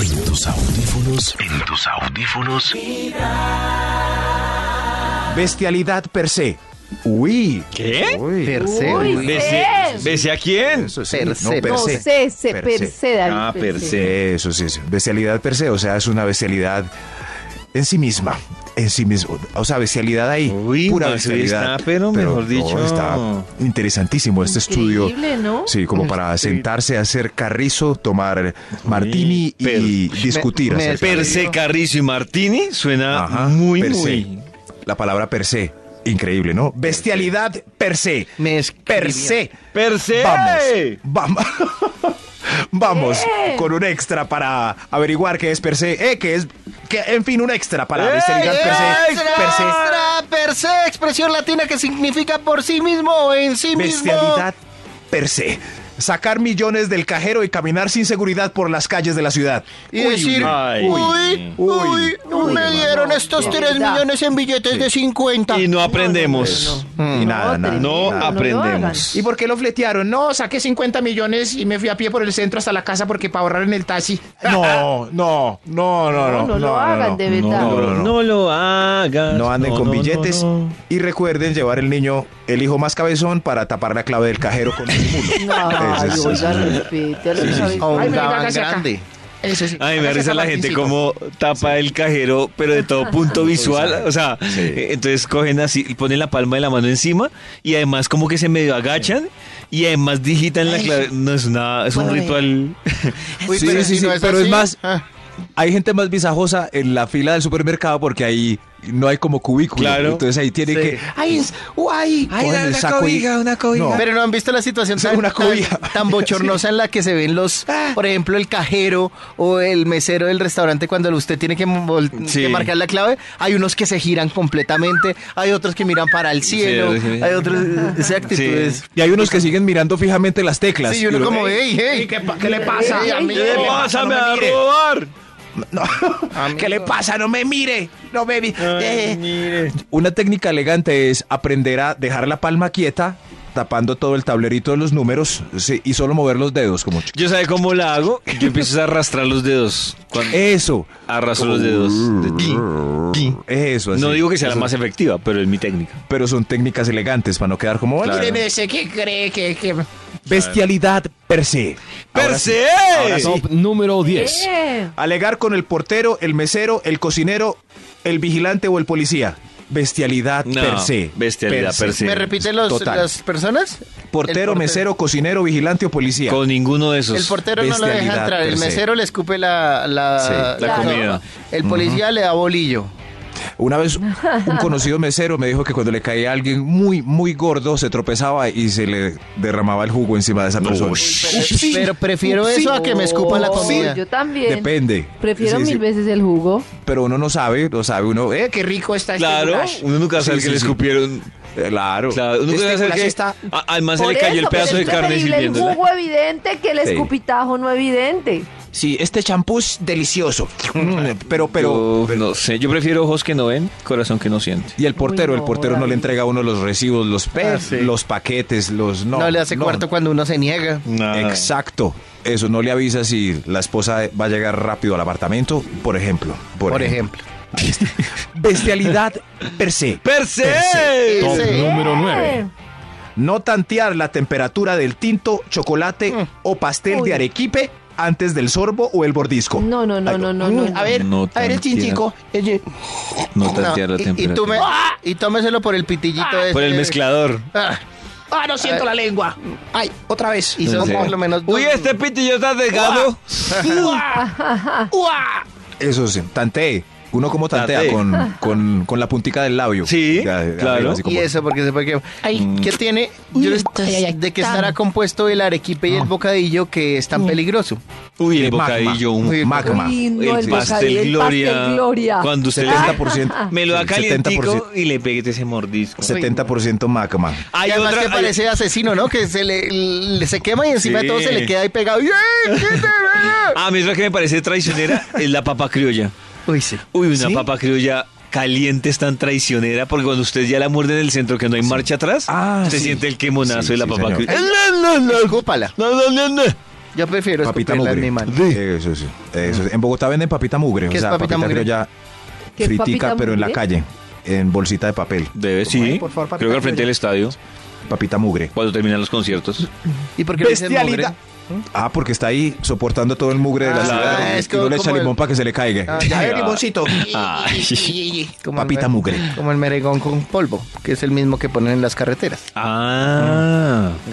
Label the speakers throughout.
Speaker 1: En tus audífonos, en tus audífonos.
Speaker 2: Bestialidad per se. Uy.
Speaker 3: ¿Qué?
Speaker 2: Uy.
Speaker 4: Per se.
Speaker 5: Uy,
Speaker 3: ¿Bese,
Speaker 5: Cés.
Speaker 3: bese a quién?
Speaker 2: Eso sí,
Speaker 4: Per
Speaker 2: no,
Speaker 4: se.
Speaker 2: per
Speaker 5: No,
Speaker 2: se.
Speaker 5: sé, se
Speaker 2: Per
Speaker 5: per
Speaker 2: se.
Speaker 5: se, David.
Speaker 3: Ah, per se.
Speaker 2: Eso sí, sí. Bestialidad per se, o sea, es una bestialidad en sí misma. En sí mismo. O sea, bestialidad ahí.
Speaker 3: Uy,
Speaker 2: pura
Speaker 3: no, eso
Speaker 2: bestialidad.
Speaker 3: está, pero mejor
Speaker 2: no,
Speaker 3: dicho-
Speaker 2: está interesantísimo este estudio.
Speaker 5: Increíble, ¿no?
Speaker 2: Sí, como para sentarse a hacer carrizo, tomar martini
Speaker 3: per-
Speaker 2: y discutir.
Speaker 4: me- me
Speaker 2: acerca de-
Speaker 3: Per se, Carrizo y Martini suena
Speaker 2: Ajá,
Speaker 3: muy,
Speaker 2: per se.
Speaker 3: muy.
Speaker 2: La palabra per se. Increíble, ¿no? Bestialidad per se.
Speaker 4: Me escribió.
Speaker 2: Per se.
Speaker 3: Per se.
Speaker 2: Vamos. Vamos. Vamos con un extra para averiguar qué es per se, eh, qué es, que, en fin, un extra para
Speaker 3: ¡Ey,
Speaker 2: bestialidad per se,
Speaker 3: Eh, extra,
Speaker 2: per se,
Speaker 4: Extra, per se, expresión latina que significa por sí mismo o en sí mismo.
Speaker 2: bestialidad per se, sacar millones del cajero y caminar sin seguridad por las calles de la ciudad.
Speaker 4: Y
Speaker 2: Uy, uy,
Speaker 4: decir,
Speaker 3: ay,
Speaker 4: uy, uy,
Speaker 2: uy, uy,
Speaker 4: me
Speaker 2: hermano,
Speaker 4: dieron estos
Speaker 5: de
Speaker 4: 3
Speaker 5: verdad.
Speaker 4: millones en billetes de 50.
Speaker 3: Y no aprendemos.
Speaker 2: y nada, nada,
Speaker 3: No
Speaker 2: nada.
Speaker 3: aprendemos.
Speaker 6: ¿Y por qué lo fletearon? No, saqué 50 millones y me fui a pie por el centro hasta la casa porque para ahorrar en el taxi.
Speaker 2: No, no, no, no, no,
Speaker 5: No, no
Speaker 2: no,
Speaker 5: lo
Speaker 2: no,
Speaker 5: hagan,
Speaker 2: no.
Speaker 5: de verdad.
Speaker 2: No, no, no.
Speaker 3: lo hagas.
Speaker 2: No anden
Speaker 3: No,
Speaker 2: con
Speaker 3: no,
Speaker 2: billetes
Speaker 3: no, no.
Speaker 2: y recuerden llevar el niño, el hijo más cabezón, para tapar la clave del cajero con el mulo.
Speaker 5: Ay,
Speaker 2: Ese es-
Speaker 5: oiga, respete a los
Speaker 4: A un
Speaker 5: cabezas.
Speaker 6: Ay, me
Speaker 4: gabán
Speaker 6: hágase acá.
Speaker 4: grande.
Speaker 6: Eso sí.
Speaker 3: Ay, me
Speaker 6: hágase
Speaker 3: risa
Speaker 6: acá,
Speaker 3: la gente
Speaker 6: Martincito.
Speaker 3: como tapa el cajero, pero de todo punto visual. O sea, eh, entonces cogen así, ponen la palma de la mano encima y además como que se medio agachan y además digitan la clave. No es una, es un ritual.
Speaker 4: Uy,
Speaker 7: Sí, sí, sí, pero es más-
Speaker 4: ah.
Speaker 7: Hay gente más visajosa en la fila del supermercado porque ahí no hay como cubículo.
Speaker 3: Claro.
Speaker 7: Entonces ahí tiene
Speaker 4: Sí.
Speaker 7: que. ¡Ay, es! ¡Uy!
Speaker 2: Ay,
Speaker 7: cogen
Speaker 2: da
Speaker 7: el
Speaker 2: una
Speaker 7: saco y-
Speaker 2: cobija, una cobija.
Speaker 7: No.
Speaker 4: Pero no han visto la situación tan,
Speaker 2: Una cobija.
Speaker 4: tan- tan bochornosa en la que se ven los, por ejemplo, el cajero o el mesero del restaurante cuando usted tiene que, vol-
Speaker 3: Sí.
Speaker 4: que marcar la clave. Hay unos que se giran completamente, hay otros que miran para el cielo,
Speaker 3: sí.
Speaker 4: hay otros, eh, esa actitud es...
Speaker 7: Y hay unos que siguen mirando fijamente las teclas.
Speaker 4: Sí, y uno como, hey,
Speaker 6: Ey,
Speaker 4: hey.
Speaker 6: ¿qué, pa- qué le pasa?
Speaker 5: Ey, ey, ey.
Speaker 6: ¿Qué le
Speaker 3: ¡Pásame
Speaker 6: No me
Speaker 3: a
Speaker 6: mire.
Speaker 3: robar!
Speaker 2: ¿Qué le pasa? No me mire. No me Eh. mire.
Speaker 7: Una técnica elegante es aprender a dejar la palma quieta, tapando todo el tablerito de los números sí, y solo mover los dedos como. ch-
Speaker 3: Yo sabe cómo la hago. Yo empiezo a arrastrar los dedos. Cuando
Speaker 2: Eh.
Speaker 7: Eso. Mm,
Speaker 3: arrastro los dedos.
Speaker 2: Mm.
Speaker 7: Eso. así.
Speaker 3: No digo que sea la
Speaker 7: Eso,
Speaker 3: más efectiva, pero es mi técnica.
Speaker 7: Pero son técnicas elegantes para no quedar como.
Speaker 3: Claro.
Speaker 6: Miren ese que cree que... que...
Speaker 7: Bestialidad per se.
Speaker 3: ¡Per se!
Speaker 1: Top número 10.
Speaker 5: Eh,
Speaker 2: Alegar con el portero, el mesero, el cocinero, el vigilante o el policía. Bestialidad
Speaker 3: No,
Speaker 2: per se.
Speaker 3: bestialidad per se.
Speaker 4: ¿Me repiten los,
Speaker 2: Total.
Speaker 4: las personas?
Speaker 2: Portero,
Speaker 4: El
Speaker 2: mesero, cocinero, vigilante o policía.
Speaker 3: Con ninguno de esos.
Speaker 4: El portero no lo deja
Speaker 2: Bestialidad
Speaker 4: entrar, el
Speaker 2: per se.
Speaker 4: mesero le escupe la,
Speaker 2: Sí,
Speaker 4: la,
Speaker 3: la
Speaker 4: sopa,
Speaker 3: comida.
Speaker 4: el policía le da bolillo.
Speaker 7: Una vez un conocido mesero me dijo que cuando le caía a alguien muy, muy gordo, se tropezaba y se le derramaba el jugo encima de esa persona. Upsi.
Speaker 4: Pero prefiero
Speaker 7: Upsi.
Speaker 4: eso a que me escupan la
Speaker 5: oh,
Speaker 4: comida.
Speaker 5: Yo también.
Speaker 7: Depende.
Speaker 5: Prefiero
Speaker 7: Sí,
Speaker 5: mil
Speaker 7: sí.
Speaker 5: veces el jugo.
Speaker 7: Pero uno no sabe, no sabe uno. eh,
Speaker 6: Eh, qué rico está este
Speaker 3: Claro,
Speaker 6: goulash.
Speaker 3: uno nunca sabe
Speaker 7: Sí,
Speaker 3: que
Speaker 7: sí,
Speaker 3: le
Speaker 7: sí.
Speaker 3: escupieron.
Speaker 7: Claro.
Speaker 3: Claro, uno nunca
Speaker 2: Este
Speaker 3: sabe que
Speaker 2: clasista-
Speaker 3: a- Además se
Speaker 5: Por
Speaker 3: le cayó el
Speaker 5: eso,
Speaker 3: pedazo
Speaker 5: pero
Speaker 3: de
Speaker 5: es
Speaker 3: carne
Speaker 5: preferible El
Speaker 3: sirviéndola.
Speaker 5: jugo evidente que el
Speaker 7: Sí.
Speaker 5: escupitajo no evidente.
Speaker 2: Sí, este champú es delicioso. Mm, Pero, pero.
Speaker 3: Yo no sé, yo prefiero ojos que no ven, corazón que no siente.
Speaker 7: Y el portero,
Speaker 5: Uy, no,
Speaker 7: el portero no
Speaker 5: David.
Speaker 7: le entrega a uno los recibos, los pe-
Speaker 4: Ah, sí.
Speaker 7: los paquetes, los no.
Speaker 4: No, le hace cuarto cuando uno se niega.
Speaker 3: Exacto.
Speaker 7: Exacto. Eso no le avisa si la esposa va a llegar rápido al apartamento, por ejemplo. Por,
Speaker 4: Por
Speaker 7: ejemplo.
Speaker 4: ejemplo.
Speaker 2: Bestialidad per se.
Speaker 3: ¡Per se!
Speaker 4: Ese-
Speaker 1: Top
Speaker 5: Eh.
Speaker 1: número 9.
Speaker 2: No tantear la temperatura del tinto, chocolate
Speaker 3: Mm.
Speaker 2: o pastel
Speaker 5: Uy.
Speaker 2: de arequipe antes del sorbo o el bordisco.
Speaker 5: No, no, no,
Speaker 2: Ay,
Speaker 5: no, no, no.
Speaker 4: Mm.
Speaker 6: A ver,
Speaker 3: Uh, No
Speaker 6: a ver
Speaker 3: tantear.
Speaker 6: el tintico. Oye,
Speaker 3: No
Speaker 4: No,
Speaker 3: tantear la
Speaker 4: y, y
Speaker 3: temperatura.
Speaker 4: tú este, me- Ah, y tómeselo por el pitillito ese.
Speaker 3: Por el mezclador.
Speaker 4: Ah,
Speaker 6: Ah, no siento la lengua. Ay, otra vez.
Speaker 4: y son
Speaker 3: No sé.
Speaker 4: por lo menos dos.
Speaker 3: Uy, este pitillo está delgado.
Speaker 6: ¡Uah!
Speaker 7: Eso sí, tantee. Uno como tantea
Speaker 3: Tantee.
Speaker 7: con, con, con la puntica del labio.
Speaker 3: Sí,
Speaker 7: De- de
Speaker 3: claro.
Speaker 7: arriba, así
Speaker 4: Y
Speaker 7: como-
Speaker 4: eso porque se puede que... mm,
Speaker 6: Ay.
Speaker 4: ¿Qué tiene? Yo-
Speaker 6: ay, ay, ay,
Speaker 4: ¿De qué
Speaker 6: tan.
Speaker 4: estará compuesto el arequipe y el bocadillo que es tan peligroso?
Speaker 3: Uy, el
Speaker 7: De magma.
Speaker 3: bocadillo. un-
Speaker 4: Uy,
Speaker 7: Magma.
Speaker 5: Uy, no, el,
Speaker 3: el
Speaker 5: bocadillo,
Speaker 3: pastel
Speaker 5: el
Speaker 3: gloria.
Speaker 5: pastel gloria. Ah,
Speaker 3: Cuando usted le está
Speaker 7: 70%.
Speaker 3: Me lo da
Speaker 7: Sí,
Speaker 3: calientico
Speaker 7: 70%.
Speaker 3: y le pegué ese mordisco.
Speaker 7: 70% magma.
Speaker 3: Hay
Speaker 4: Hay además
Speaker 3: otra,
Speaker 4: que
Speaker 3: hay-
Speaker 4: parece asesino, ¿no? Que se le, le- se quema y encima
Speaker 3: Sí.
Speaker 4: de todo se le queda ahí pegado. ¡Yey! ¡Quítame!
Speaker 3: a mí otra que me parece traicionera es la papa criolla.
Speaker 4: Uy, sí.
Speaker 3: Uy, una papa criolla caliente es tan traicionera porque cuando usted ya la muerde en el centro que no hay marcha atrás,
Speaker 7: Ah,
Speaker 3: usted
Speaker 7: sí.
Speaker 3: siente el quemonazo de la
Speaker 7: sí,
Speaker 3: papa
Speaker 7: señor.
Speaker 3: criolla.
Speaker 4: Escúpala.
Speaker 3: No, no, no.
Speaker 4: Yo prefiero
Speaker 2: Papita
Speaker 4: escupirle al
Speaker 2: mugre.
Speaker 4: animal.
Speaker 2: Eh, Eso sí. Eso sí. En Bogotá venden papita mugre.
Speaker 4: ¿Qué
Speaker 2: o
Speaker 4: es
Speaker 2: sea,
Speaker 4: papita
Speaker 2: papita,
Speaker 4: mugre?
Speaker 2: criolla
Speaker 5: ¿Qué es
Speaker 2: fritica,
Speaker 5: papita
Speaker 2: pero en la
Speaker 5: mugre?
Speaker 2: calle. En bolsita de papel.
Speaker 3: Debe, sí.
Speaker 6: por favor, papita,
Speaker 3: Creo que al frente
Speaker 6: criolla.
Speaker 3: del estadio,
Speaker 2: Papita mugre.
Speaker 3: cuando terminan los conciertos.
Speaker 4: ¿Y por qué le dicen mugre?
Speaker 2: Bestialidad. Ah, porque está ahí soportando todo el mugre de la
Speaker 4: Ah,
Speaker 2: ciudad.
Speaker 4: es
Speaker 2: y no
Speaker 4: como-
Speaker 2: le echa
Speaker 4: como el-
Speaker 2: limón para que se le caiga.
Speaker 4: Ah, ya.
Speaker 6: A ver, limoncito.
Speaker 3: Ay.
Speaker 4: Como el
Speaker 2: Papita
Speaker 4: mere-
Speaker 2: mugre.
Speaker 4: Como el meregón con polvo, que es el mismo que ponen en las carreteras.
Speaker 3: Ah.
Speaker 2: Ah,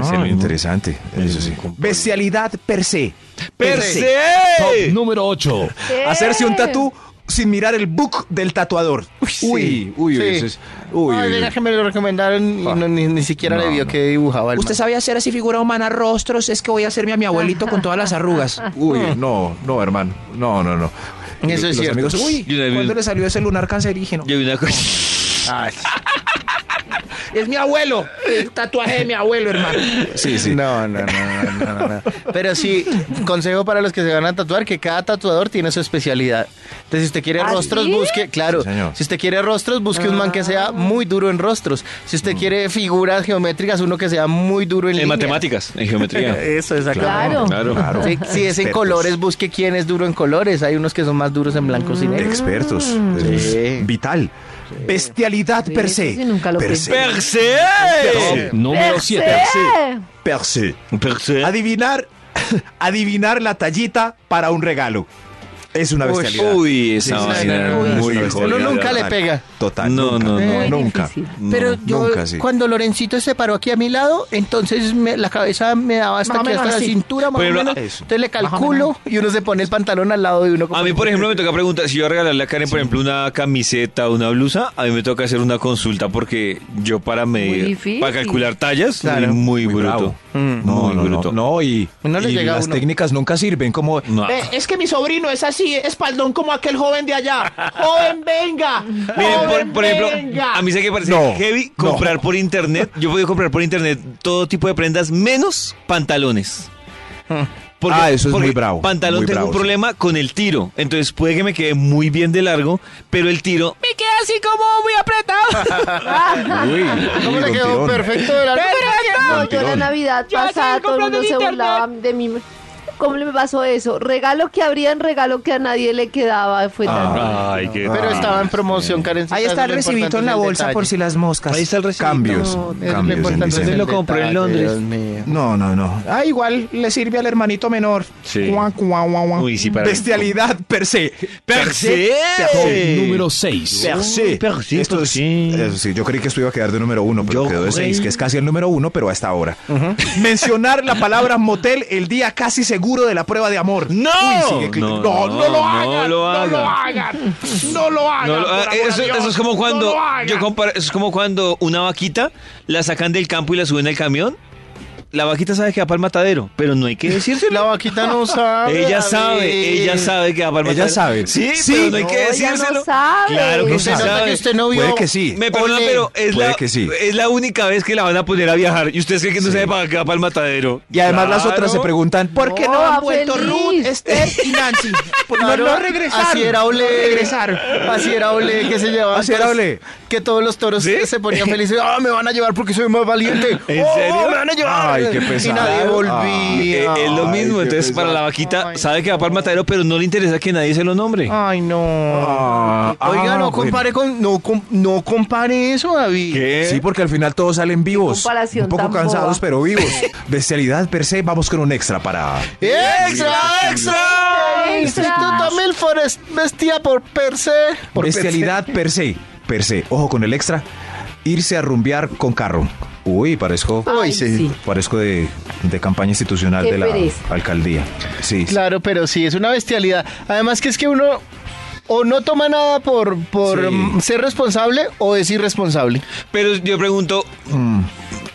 Speaker 3: Es el mismo.
Speaker 2: interesante. Eso sí. Bestialidad per se.
Speaker 3: ¡Per se!
Speaker 1: Top número 8.
Speaker 2: Hacerse un tatú sin mirar el book del tatuador. Uy, uy, uy,
Speaker 4: Sí.
Speaker 2: eso es- uy,
Speaker 4: Ay,
Speaker 2: uy, uy.
Speaker 4: mira que me lo recomendaron y no- ni, ni siquiera le vio que dibujaba el
Speaker 6: Usted
Speaker 4: man.
Speaker 6: sabe hacer así figura humana, rostros. Es que voy a hacerme a mi abuelito con todas las arrugas.
Speaker 2: Uy, no, no, hermano. No, no, no.
Speaker 4: Eso es
Speaker 2: Los
Speaker 4: cierto.
Speaker 2: amigos, uy,
Speaker 3: Yo le vi-
Speaker 6: ¿Cuándo le salió ese lunar cancerígeno?
Speaker 3: yo vi una cosa.
Speaker 4: Ay,
Speaker 6: Es mi abuelo. El tatuaje de mi abuelo, hermano.
Speaker 2: sí, sí.
Speaker 4: No, no, no, no, no, no. Pero sí, consejo para los que se van a tatuar, que cada tatuador tiene su especialidad. Entonces, si usted quiere
Speaker 5: ¿Ah,
Speaker 4: rostros,
Speaker 5: sí? Ah.
Speaker 4: busque, claro,
Speaker 2: Sí, señor.
Speaker 4: si usted quiere rostros, busque un man que sea muy duro en rostros. Si usted quiere figuras geométricas, uno que sea muy duro en
Speaker 3: En
Speaker 4: líneas. Eh,
Speaker 3: matemáticas, en geometría.
Speaker 4: Eso, exactamente.
Speaker 3: Claro.
Speaker 5: Claro.
Speaker 2: Claro.
Speaker 4: Sí, si es en
Speaker 2: Expertos.
Speaker 4: colores, busque quién es duro en colores. Hay unos que son más duros en blancos y negros.
Speaker 2: Expertos. Eso es
Speaker 4: Sí.
Speaker 2: vital. Bestialidad
Speaker 5: Sí,
Speaker 2: per
Speaker 5: eso
Speaker 2: se.
Speaker 5: sí nunca lo
Speaker 2: per
Speaker 5: pensé.
Speaker 2: se.
Speaker 3: ¡Per se!
Speaker 1: Top número
Speaker 5: Per
Speaker 1: 7.
Speaker 5: se.
Speaker 2: Per se.
Speaker 3: ¡Per se!
Speaker 2: Adivinar, adivinar la tallita para un regalo. Es una bestialidad.
Speaker 3: Uy, esa
Speaker 4: Sí, sí,
Speaker 3: vaina.
Speaker 4: no, no,
Speaker 3: es
Speaker 4: no,
Speaker 3: muy
Speaker 4: no, no,
Speaker 3: jodida.
Speaker 4: Uno nunca le pega.
Speaker 2: Total.
Speaker 3: No,
Speaker 2: nunca,
Speaker 3: no, no.
Speaker 5: Muy
Speaker 2: Nunca.
Speaker 5: difícil.
Speaker 4: Pero yo,
Speaker 2: nunca, sí.
Speaker 4: cuando Lorencito se paró aquí a mi lado, entonces me- la cabeza me daba hasta,
Speaker 6: Más o
Speaker 4: aquí,
Speaker 6: menos
Speaker 4: hasta la
Speaker 6: así.
Speaker 4: cintura, más o
Speaker 3: Pero-
Speaker 4: menos.
Speaker 2: Eso.
Speaker 4: Entonces le calculo y uno se pone el pantalón al lado de uno. como-
Speaker 3: A mí, por ejemplo, me toca preguntar, si yo regalarle a Karen, por ejemplo, una camiseta, una blusa, a mí me toca hacer una consulta porque yo para medir,
Speaker 5: difícil.
Speaker 3: para calcular tallas, soy
Speaker 4: Claro.
Speaker 2: Muy
Speaker 3: muy, bruto.
Speaker 2: bravo. Mm.
Speaker 3: Muy bruto.
Speaker 2: no, y,
Speaker 4: No le
Speaker 2: y
Speaker 4: llega a
Speaker 2: las
Speaker 4: Mm. uno.
Speaker 2: técnicas nunca sirven como
Speaker 3: No.
Speaker 6: Ve, es que mi sobrino es así, espaldón como aquel joven de allá. ¡Joven, venga!
Speaker 3: Miren, por,
Speaker 6: ¡Joven,
Speaker 3: por ejemplo,
Speaker 6: venga!
Speaker 3: a mí sé que parece
Speaker 2: No,
Speaker 3: heavy comprar por internet. Yo puedo comprar por internet todo tipo de prendas menos pantalones. Porque,
Speaker 2: Ah, eso es
Speaker 3: porque
Speaker 2: muy bravo,
Speaker 3: Pantalón
Speaker 2: muy
Speaker 3: tengo
Speaker 2: bravo,
Speaker 3: un
Speaker 2: sí.
Speaker 3: problema con el tiro. Entonces puede que me quede muy bien de largo, pero el tiro me queda así como muy apretado.
Speaker 5: Ah.
Speaker 4: ¿Cómo le quedó
Speaker 2: tirón.
Speaker 4: perfecto de la-
Speaker 5: No, yo la
Speaker 2: Tirón.
Speaker 5: Navidad pasada todo el mundo se burlaba de mí. ¿Cómo le pasó eso? Regalo que abrían, regalo que a nadie le quedaba.
Speaker 2: Ah.
Speaker 5: Fue tan...
Speaker 3: Ay, qué
Speaker 4: Pero
Speaker 3: tal.
Speaker 4: estaba en promoción, Karen.
Speaker 6: Ahí está el recibito en la bolsa por si las moscas.
Speaker 3: Ahí está el recibo.
Speaker 2: cambios. cambios en diseño.
Speaker 3: lo compré en Londres.
Speaker 2: No, no, no.
Speaker 6: Ah, igual le sirve al hermanito menor.
Speaker 3: Sí.
Speaker 6: Cuá, cuá, cuá, cuá.
Speaker 3: Uy, sí, para
Speaker 2: Bestialidad per se.
Speaker 3: Per se.
Speaker 1: Top
Speaker 3: Sí.
Speaker 1: número 6.
Speaker 2: Per se.
Speaker 3: per se,
Speaker 2: Esto
Speaker 3: per
Speaker 2: es-
Speaker 3: se.
Speaker 2: eso sí, yo creí que esto iba a quedar de número uno, pero
Speaker 3: Yo
Speaker 2: quedó de
Speaker 3: creí.
Speaker 2: seis, que es casi el número uno, pero a esta hora. Mencionar la palabra motel el día casi seguro de la prueba de amor.
Speaker 3: ¡No!
Speaker 2: Uy, sigue cli- no,
Speaker 3: No, no,
Speaker 2: no
Speaker 3: no
Speaker 2: lo hagan.
Speaker 3: lo
Speaker 2: No lo
Speaker 3: hagan.
Speaker 2: hagan. No lo hagan.
Speaker 3: No, lo-
Speaker 2: por
Speaker 3: ah,
Speaker 2: amor a
Speaker 3: eso,
Speaker 2: Dios.
Speaker 3: eso es como
Speaker 2: No
Speaker 3: cuando
Speaker 2: lo hagan.
Speaker 3: yo comparo- eso es como cuando una vaquita la sacan del campo y la suben al camión. La vaquita sabe que va para el matadero, pero no hay que decírselo.
Speaker 4: La vaquita no sabe.
Speaker 3: ella
Speaker 4: a
Speaker 3: sabe,
Speaker 4: ver.
Speaker 3: ella sabe que va para el
Speaker 2: Ella sabe.
Speaker 3: matadero. Sí,
Speaker 2: Sí.
Speaker 3: pero no hay
Speaker 5: No,
Speaker 3: que
Speaker 5: ella no
Speaker 3: decírselo.
Speaker 5: sabe.
Speaker 3: Claro que sí
Speaker 4: Se nota
Speaker 3: sabe.
Speaker 4: que usted no vio.
Speaker 2: Puede que sí.
Speaker 3: Me perdona,
Speaker 4: Ole.
Speaker 3: pero es la,
Speaker 2: Puede que sí.
Speaker 3: es la única vez que la van a poner a viajar. Y usted cree que no sabe para qué va para el matadero.
Speaker 2: Y además las otras se
Speaker 3: Claro.
Speaker 2: preguntan, ¿por qué no
Speaker 5: No,
Speaker 2: han
Speaker 5: a
Speaker 2: vuelto
Speaker 5: feliz.
Speaker 2: Ruth, Esther y Nancy? Por no,
Speaker 4: Claro,
Speaker 2: no regresaron.
Speaker 4: Así era Ole.
Speaker 2: No regresaron.
Speaker 4: Así era Ole, que se llevaba.
Speaker 2: Así era Ole.
Speaker 4: Que todos los toros
Speaker 3: ¿Sí?
Speaker 4: se ponían felices. ¡Ah, me van a llevar porque soy más valiente!
Speaker 3: ¿En
Speaker 4: ¡Oh,
Speaker 3: serio?
Speaker 4: me van a llevar!
Speaker 2: Ay, qué
Speaker 4: Y nadie
Speaker 2: pesado. Ah,
Speaker 3: Eh,
Speaker 4: volvía.
Speaker 3: es lo
Speaker 2: Ay,
Speaker 3: mismo,
Speaker 2: qué
Speaker 3: entonces para la vaquita
Speaker 4: Ay,
Speaker 3: sabe que va para el matadero, pero no le interesa que nadie se lo nombre.
Speaker 4: Ay, no.
Speaker 2: Ah,
Speaker 4: Oiga,
Speaker 2: ah,
Speaker 4: no compare con. No, com- no compare eso, David.
Speaker 3: ¿Qué?
Speaker 2: Sí, porque al final todos salen vivos.
Speaker 5: comparación
Speaker 2: Un poco
Speaker 5: tan
Speaker 2: cansados,
Speaker 5: boba.
Speaker 2: pero vivos. Bestialidad per se, vamos con un extra para.
Speaker 4: ¡Extra, extra! Instituto Milford es vestía por per se. Por
Speaker 2: Bestialidad per se. Per se. Ojo con el extra. Irse a rumbear con carro. Uy, parezco.
Speaker 4: per se. Uy,
Speaker 5: Ay,
Speaker 4: sí.
Speaker 5: sí.
Speaker 2: Parezco de, de campaña institucional
Speaker 5: Qué
Speaker 2: de la
Speaker 5: pereza.
Speaker 2: alcaldía. Sí. sí.
Speaker 4: Claro, pero sí, es una bestialidad. Además que es que uno o no toma nada por, por
Speaker 2: Sí.
Speaker 4: mm, ser responsable o es irresponsable.
Speaker 3: Pero yo pregunto,
Speaker 4: Mm.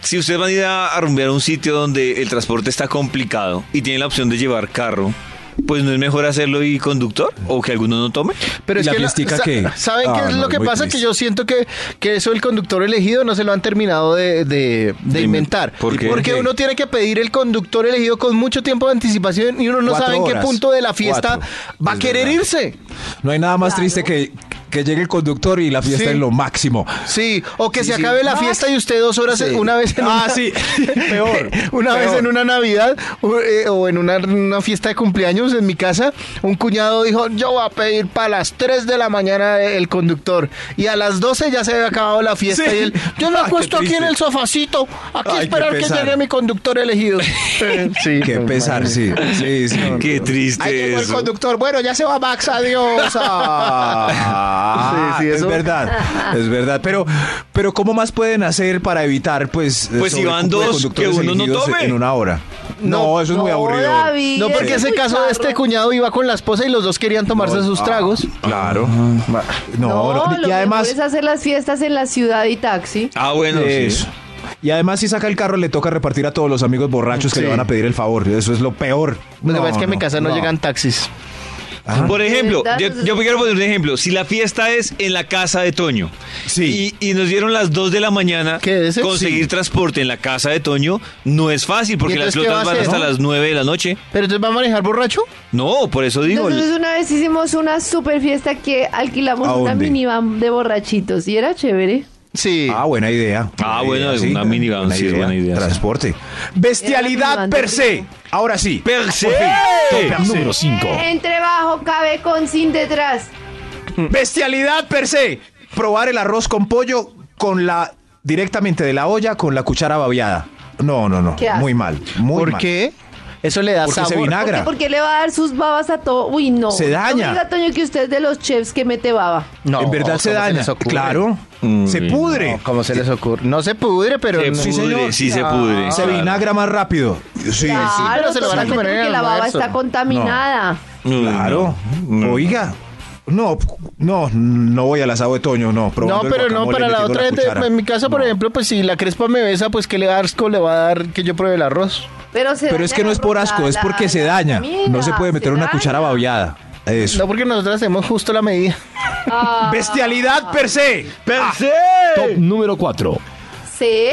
Speaker 3: si ustedes van a ir a, a rumbear a un sitio donde el transporte está complicado y tienen la opción de llevar carro, pues no es mejor hacerlo y conductor o que alguno no tome.
Speaker 4: Pero es
Speaker 2: ¿La
Speaker 4: que
Speaker 2: fiestica
Speaker 4: sa-
Speaker 2: qué?
Speaker 4: ¿Saben
Speaker 2: Ah,
Speaker 4: qué es
Speaker 2: no,
Speaker 4: lo que
Speaker 2: muy
Speaker 4: pasa?
Speaker 2: triste.
Speaker 4: Que yo siento que, que eso el conductor elegido no se lo han terminado de, de- de
Speaker 3: inven-
Speaker 4: inventar.
Speaker 3: ¿Por qué?
Speaker 4: Porque uno tiene que pedir el conductor elegido con mucho tiempo de anticipación y uno no
Speaker 2: Cuatro
Speaker 4: sabe en qué
Speaker 2: horas.
Speaker 4: punto de la fiesta
Speaker 2: Cuatro.
Speaker 4: va a
Speaker 2: Es
Speaker 4: querer
Speaker 2: verdad.
Speaker 4: irse.
Speaker 2: No hay nada más triste que que llegue el conductor y la fiesta
Speaker 4: Sí.
Speaker 2: es lo máximo.
Speaker 4: Sí, o que se acabe la fiesta y usted dos horas, una vez en
Speaker 8: Ah,
Speaker 4: una,
Speaker 8: sí, peor,
Speaker 4: una vez
Speaker 8: peor.
Speaker 4: en una Navidad o, eh, o en una, una fiesta de cumpleaños en mi casa, un cuñado dijo, yo voy a pedir para las 3 de la mañana el conductor. Y a las 12 ya se había acabado la fiesta
Speaker 8: Sí.
Speaker 4: y él, yo me
Speaker 8: Ay, qué
Speaker 4: acuesto aquí en
Speaker 8: triste.
Speaker 4: el sofacito, aquí
Speaker 8: Ay, qué
Speaker 4: esperar que
Speaker 8: pesar.
Speaker 4: llegue mi conductor elegido. Eh, sí,
Speaker 2: Qué
Speaker 4: no,
Speaker 2: pesar,
Speaker 4: imagínese.
Speaker 2: sí. Sí, sí.
Speaker 3: Qué
Speaker 9: Ay,
Speaker 3: triste
Speaker 9: llegó el
Speaker 3: eso.
Speaker 9: conductor. Bueno, ya se va Max, adiós.
Speaker 2: Ah,
Speaker 4: Sí, sí, eso-
Speaker 2: Es verdad, es verdad. Pero, pero ¿cómo más pueden hacer para evitar, pues, eh,
Speaker 3: Pues si
Speaker 2: sobre
Speaker 3: van
Speaker 2: el cupo de
Speaker 3: dos,
Speaker 2: conductores
Speaker 3: que uno no
Speaker 2: elegidos
Speaker 3: tome.
Speaker 2: En una hora. No, eso es muy
Speaker 5: no,
Speaker 2: aburrido.
Speaker 5: David,
Speaker 4: No, porque
Speaker 5: es
Speaker 4: ese
Speaker 5: muy
Speaker 4: caso de este
Speaker 5: charro.
Speaker 4: cuñado iba con la esposa y los dos querían tomarse
Speaker 2: ah.
Speaker 3: ah,
Speaker 4: sus tragos.
Speaker 2: Claro. Ah, Va-
Speaker 5: No,
Speaker 2: No, no.
Speaker 5: lo
Speaker 2: Y además,
Speaker 5: mejor es hacer las fiestas en la ciudad y taxi.
Speaker 3: Ah, bueno, sí.
Speaker 2: Eso. eh, Y además, si saca el carro, le toca repartir a todos los amigos borrachos que
Speaker 4: Sí.
Speaker 2: le van a pedir el favor. Eso es lo peor.
Speaker 4: Lo que pasa es que en mi
Speaker 2: no,
Speaker 4: casa no,
Speaker 2: no.
Speaker 4: llegan taxis. Ah.
Speaker 3: Por ejemplo,
Speaker 5: ¿Verdad?
Speaker 3: yo, yo quiero poner un ejemplo. Si la fiesta es en la casa de Toño
Speaker 2: Sí.
Speaker 3: y, y nos dieron las 2 de la mañana,
Speaker 4: ¿Qué es eso?
Speaker 3: conseguir
Speaker 4: Sí.
Speaker 3: transporte en la casa de Toño no es fácil porque
Speaker 4: ¿Y
Speaker 3: las
Speaker 4: entonces qué va
Speaker 3: flotas
Speaker 4: a
Speaker 3: van
Speaker 4: hacer,
Speaker 3: hasta
Speaker 4: no?
Speaker 3: las 9 de la noche.
Speaker 4: ¿Pero entonces va a manejar borracho?
Speaker 3: No, por eso digo.
Speaker 5: Nosotros una vez hicimos una super fiesta que alquilamos
Speaker 2: ¿A
Speaker 5: una
Speaker 2: dónde?
Speaker 5: minivan de borrachitos y era chévere.
Speaker 4: Sí.
Speaker 2: Ah, buena idea.
Speaker 3: Ah,
Speaker 2: Buena
Speaker 3: bueno,
Speaker 2: idea,
Speaker 3: una minivan, sí, buena idea, sí.
Speaker 2: Transporte. Bestialidad
Speaker 5: minivan,
Speaker 2: per se.
Speaker 5: rico.
Speaker 2: Ahora sí.
Speaker 3: Per se.
Speaker 10: Número 5.
Speaker 5: Entre bajo, cabe con sin detrás.
Speaker 2: Bestialidad per se. Probar el arroz con pollo con la directamente de la olla con la cuchara babeada. No, no, no.
Speaker 5: Qué asco.
Speaker 2: Muy mal. Muy
Speaker 4: ¿Por
Speaker 2: mal.
Speaker 4: qué? Eso le da
Speaker 2: Porque se
Speaker 4: sabor.
Speaker 5: ¿Por qué,
Speaker 2: vinagra.
Speaker 5: por qué le va a dar sus babas a todo? Uy, no.
Speaker 2: Ah. Se daña.
Speaker 5: No diga, Toño, que usted es de los chefs que mete baba.
Speaker 4: No,
Speaker 2: en verdad
Speaker 4: ¿cómo
Speaker 2: se daña.
Speaker 4: les ocurre? Mm,
Speaker 2: claro. se pudre.
Speaker 4: No, ¿Cómo se les ocurre? No se pudre, pero...
Speaker 3: Se
Speaker 4: no-
Speaker 3: pudre, sí se
Speaker 4: Ah,
Speaker 3: pudre.
Speaker 2: se
Speaker 3: claro.
Speaker 2: vinagra más rápido. Sí.
Speaker 5: claro,
Speaker 4: pero se lo van a
Speaker 5: totalmente,
Speaker 4: comer en el
Speaker 5: porque la baba
Speaker 4: almuerzo.
Speaker 5: está contaminada.
Speaker 4: Mm.
Speaker 3: Uy,
Speaker 2: Claro. Oiga. No, no, no voy al asado de Toño, no.
Speaker 4: No,
Speaker 2: probando el
Speaker 4: pero no,
Speaker 2: guacamole
Speaker 4: para la
Speaker 2: metiendo
Speaker 4: otra, gente,
Speaker 2: cuchara.
Speaker 4: en mi casa, por
Speaker 2: No.
Speaker 4: ejemplo, pues si la crespa me besa, pues que le asco le va a dar que yo pruebe el arroz.
Speaker 5: Pero, se
Speaker 2: Pero
Speaker 5: daña
Speaker 2: es que
Speaker 5: la
Speaker 2: no es por
Speaker 5: ropa,
Speaker 2: asco, es
Speaker 5: la-
Speaker 2: porque se
Speaker 5: la
Speaker 2: daña.
Speaker 5: comida,
Speaker 2: No se puede meter
Speaker 5: se
Speaker 2: una
Speaker 5: daña.
Speaker 2: cuchara babeada. Eso.
Speaker 4: No, porque nosotros hacemos justo la medida.
Speaker 5: Ah,
Speaker 2: Bestialidad per se. Ah,
Speaker 10: Top número 4.
Speaker 5: sí.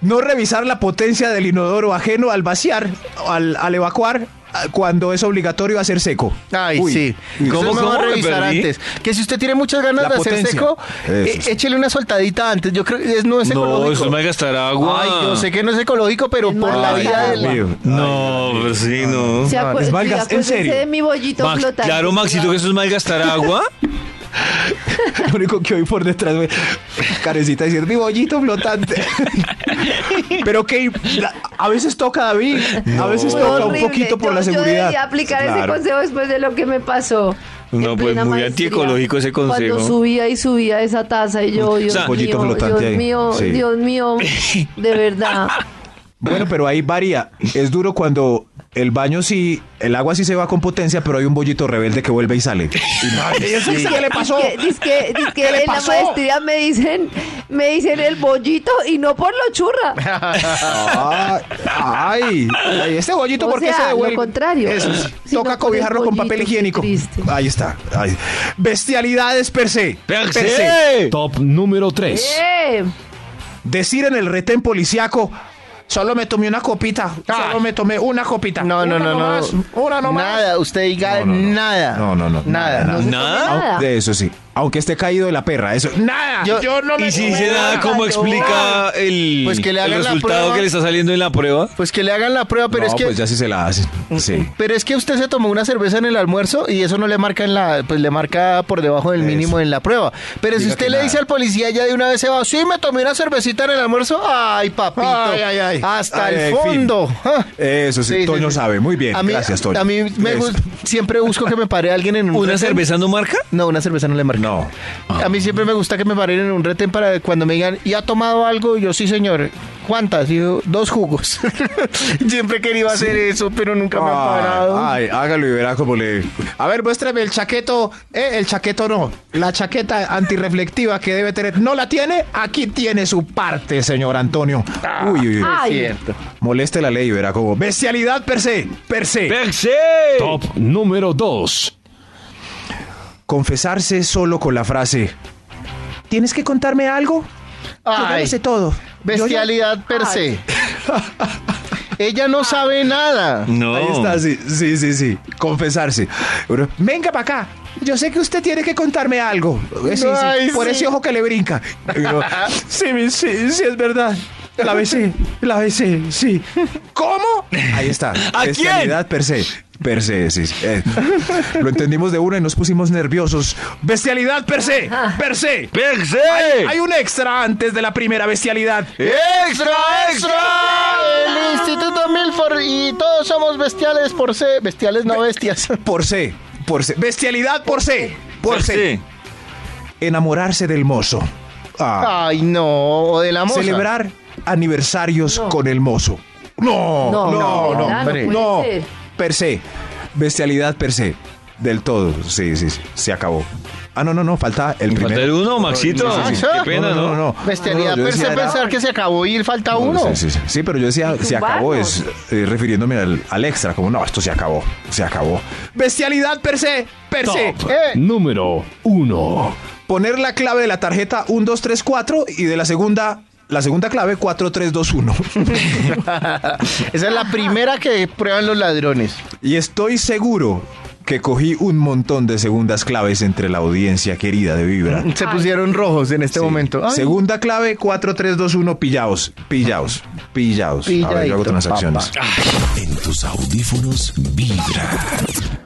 Speaker 2: No revisar la potencia del inodoro ajeno al vaciar, al, al evacuar, ah, cuando es obligatorio hacer seco.
Speaker 4: Ay,
Speaker 2: Uy,
Speaker 4: sí.
Speaker 2: uy,
Speaker 4: ¿Cómo,
Speaker 3: ¿cómo,
Speaker 4: me va a
Speaker 3: cómo me
Speaker 4: revisar
Speaker 3: perdí?
Speaker 4: antes? Que si usted tiene muchas ganas
Speaker 2: La
Speaker 4: de hacer
Speaker 2: potencia.
Speaker 4: seco,
Speaker 2: Eso.
Speaker 4: eh, échele una soltadita antes. Yo creo que es- no es
Speaker 3: No,
Speaker 4: ecológico.
Speaker 3: eso es a gastar agua.
Speaker 4: Ay, yo sé que no es ecológico, pero
Speaker 5: Es
Speaker 4: por la
Speaker 5: malgastar
Speaker 4: vida
Speaker 5: agua.
Speaker 4: del...
Speaker 2: Dios mío.
Speaker 3: No, pero sí, no.
Speaker 5: Se acuer-
Speaker 2: es
Speaker 5: sí,
Speaker 2: malgas- en
Speaker 5: acuérdense
Speaker 2: serio.
Speaker 5: de pues, mi bollito
Speaker 3: Max,
Speaker 5: flotante.
Speaker 3: claro, Maxito, que eso es malgastar agua.
Speaker 2: Lo único que hoy por detrás me... Carecita decir, mi bollito flotante. Pero que la- a veces toca David, a veces
Speaker 5: Fue
Speaker 2: toca un
Speaker 5: horrible.
Speaker 2: poquito por
Speaker 5: Yo-
Speaker 2: la
Speaker 5: Yo
Speaker 2: seguridad.
Speaker 5: debería aplicar ese
Speaker 2: Claro.
Speaker 5: consejo después de lo que me pasó.
Speaker 3: No,
Speaker 5: En
Speaker 3: pues,
Speaker 5: plena
Speaker 3: muy
Speaker 5: maestría,
Speaker 3: antiecológico ese consejo.
Speaker 5: Cuando subía y subía esa taza y yo, Dios
Speaker 3: sea,
Speaker 2: pollito
Speaker 5: mío, Dios
Speaker 2: flotante ahí.
Speaker 5: mío,
Speaker 2: Sí.
Speaker 5: Dios mío, de verdad.
Speaker 2: Bueno, pero ahí varía. Es duro cuando el baño sí, el agua sí se va con potencia, pero hay un bollito rebelde que vuelve y sale.
Speaker 5: ¿Qué le pasó? Dice que en la maestría me dicen, me dicen el bollito y no por lo churra.
Speaker 2: Ay, ay, ay, este bollito,
Speaker 5: O
Speaker 2: ¿por qué
Speaker 5: sea,
Speaker 2: se devuelve?
Speaker 5: lo contrario.
Speaker 2: Eso sí.
Speaker 5: Si
Speaker 2: Toca
Speaker 5: no pones
Speaker 2: cobijarlo con papel
Speaker 5: bollito, qué
Speaker 2: higiénico.
Speaker 5: triste.
Speaker 2: Ahí está. ahí. Bestialidades per se.
Speaker 3: Per
Speaker 2: Per
Speaker 3: se.
Speaker 10: Top número 3.
Speaker 5: Eh,
Speaker 2: Decir en el retén policiaco,
Speaker 9: Solo me tomé una copita. Solo me tomé una copita.
Speaker 4: Ah. No, no,
Speaker 9: Una
Speaker 4: no, no.
Speaker 9: nomás, Una nomás.
Speaker 4: Nada, usted diga nada.
Speaker 2: No, no, no,
Speaker 4: Nada.
Speaker 2: nada,
Speaker 4: No,
Speaker 3: Nada.
Speaker 5: Nada.
Speaker 2: au- de eso sí, aunque esté caído de la perra, eso.
Speaker 9: Nada.
Speaker 4: Yo-
Speaker 9: Yo, no me
Speaker 3: Y si
Speaker 9: tomé
Speaker 3: dice nada, ¿cómo explica el,
Speaker 4: Pues que le
Speaker 3: el
Speaker 4: hagan la
Speaker 3: resultado
Speaker 4: prueba.
Speaker 3: que le está saliendo en la prueba?
Speaker 4: Pues que le hagan la prueba, pero
Speaker 2: No,
Speaker 4: es que... Mm,
Speaker 2: pues ya sí se la hace. Sí.
Speaker 4: Pero es que usted se tomó una cerveza en el almuerzo y eso no le marca en la, pues le marca por debajo del mínimo en la prueba. Pero si
Speaker 2: Diga
Speaker 4: usted
Speaker 2: que
Speaker 4: le
Speaker 2: nada.
Speaker 4: dice al policía ya de una vez se va, sí me tomé una cervecita en el almuerzo, ay papito,
Speaker 2: Ay, ay, ay.
Speaker 4: hasta
Speaker 2: Ay,
Speaker 4: el
Speaker 2: ay, fin.
Speaker 4: fondo. Ah.
Speaker 2: Eso sí, Toño sabe, muy bien,
Speaker 4: A mí-
Speaker 2: gracias, Toño.
Speaker 4: A mí me
Speaker 2: Eso.
Speaker 4: gusta, siempre busco que me pare alguien en un
Speaker 3: ¿Una
Speaker 4: retén.
Speaker 3: cerveza no marca?
Speaker 4: No, una cerveza no le marca.
Speaker 2: No.
Speaker 4: A mí siempre me gusta que me paren en un retén para cuando me digan, ¿y ha tomado algo? Y yo, sí, señor. ¿Cuántas? Y yo, dos jugos. siempre quería hacer eso, pero nunca me han parado.
Speaker 2: Ah, Ay, ay, hágalo y verá cómo le.
Speaker 9: A ver, muéstrame el chaqueto. Eh, el chaqueto no. La chaqueta antirreflectiva que debe tener. ¿No la tiene? Aquí tiene su parte, señor Antonio.
Speaker 2: Uy, uy, uy.
Speaker 5: ay,
Speaker 2: Moleste la ley y verá cómo. Bestialidad per se, per se.
Speaker 3: Per se.
Speaker 10: Top número 2.
Speaker 2: Confesarse solo con la frase.
Speaker 9: ¿Tienes que contarme algo? Yo ya
Speaker 4: Ay.
Speaker 9: lo sé todo.
Speaker 4: Bestialidad per se. Ella no sabe nada.
Speaker 3: No.
Speaker 2: Ahí está, sí, sí, sí, sí. Confesarse. Pero,
Speaker 9: Venga para acá.
Speaker 6: yo sé que usted tiene que contarme algo. Eh, sí, sí,
Speaker 4: Ay,
Speaker 6: por
Speaker 4: sí.
Speaker 6: ese ojo que le brinca. Y yo, sí, mi- sí, sí, es verdad. La besé, la besé, sí. ¿Cómo?
Speaker 2: Ahí está.
Speaker 3: ¿A
Speaker 2: Bestialidad per se. Per se, sí. sí. Eh, lo entendimos de una y nos pusimos nerviosos. Bestialidad per se. Per se.
Speaker 3: ¡Perse!
Speaker 6: Hay un extra antes de la primera bestialidad.
Speaker 3: ¡Extra, extra!
Speaker 4: El Instituto Milford y todos somos bestiales por ser bestiales no bestias.
Speaker 2: Por se. Por se.
Speaker 6: Bestialidad por C.
Speaker 2: Por se.
Speaker 3: Sí.
Speaker 2: Enamorarse del mozo. Ah.
Speaker 4: Ay, no, o de la moza.
Speaker 2: Celebrar aniversarios con el mozo. No, no,
Speaker 5: No, no,
Speaker 2: no,
Speaker 5: de verdad,
Speaker 2: hombre.
Speaker 5: no
Speaker 2: no,
Speaker 5: puede ser.
Speaker 2: per se. Bestialidad per se. Del todo. Sí, sí, sí. Se acabó. Ah, no, no, no. Falta el primero.
Speaker 3: Falta el uno, Maxito.
Speaker 4: sí, sí.
Speaker 3: Qué pena,
Speaker 2: no, no, no,
Speaker 3: ¿no?
Speaker 2: no.
Speaker 4: Bestialidad,
Speaker 2: No, no, yo
Speaker 4: per se
Speaker 2: decía era-
Speaker 4: pensar que se acabó y falta
Speaker 2: No,
Speaker 4: uno.
Speaker 2: Sí, sí, sí. Sí, pero yo decía, se acabó, es eh, refiriéndome al, al extra, como no, esto se acabó, se acabó.
Speaker 6: Bestialidad per se, per se.
Speaker 1: Top número uno.
Speaker 2: Poner la clave de la tarjeta 1, 2, 3, 4 y de la segunda, la segunda clave 4, 3, 2, 1.
Speaker 4: Esa es la primera que prueban los ladrones.
Speaker 2: Y estoy seguro que cogí un montón de segundas claves entre la audiencia querida de Vibra.
Speaker 4: Se pusieron rojos en este
Speaker 2: Sí.
Speaker 4: momento. Ay,
Speaker 2: Segunda clave 4, 3, 2, 1, pillaos, pillaos, pillaos. A ver, yo hago
Speaker 4: Pilladito,
Speaker 2: transacciones.
Speaker 11: En tus audífonos vibra.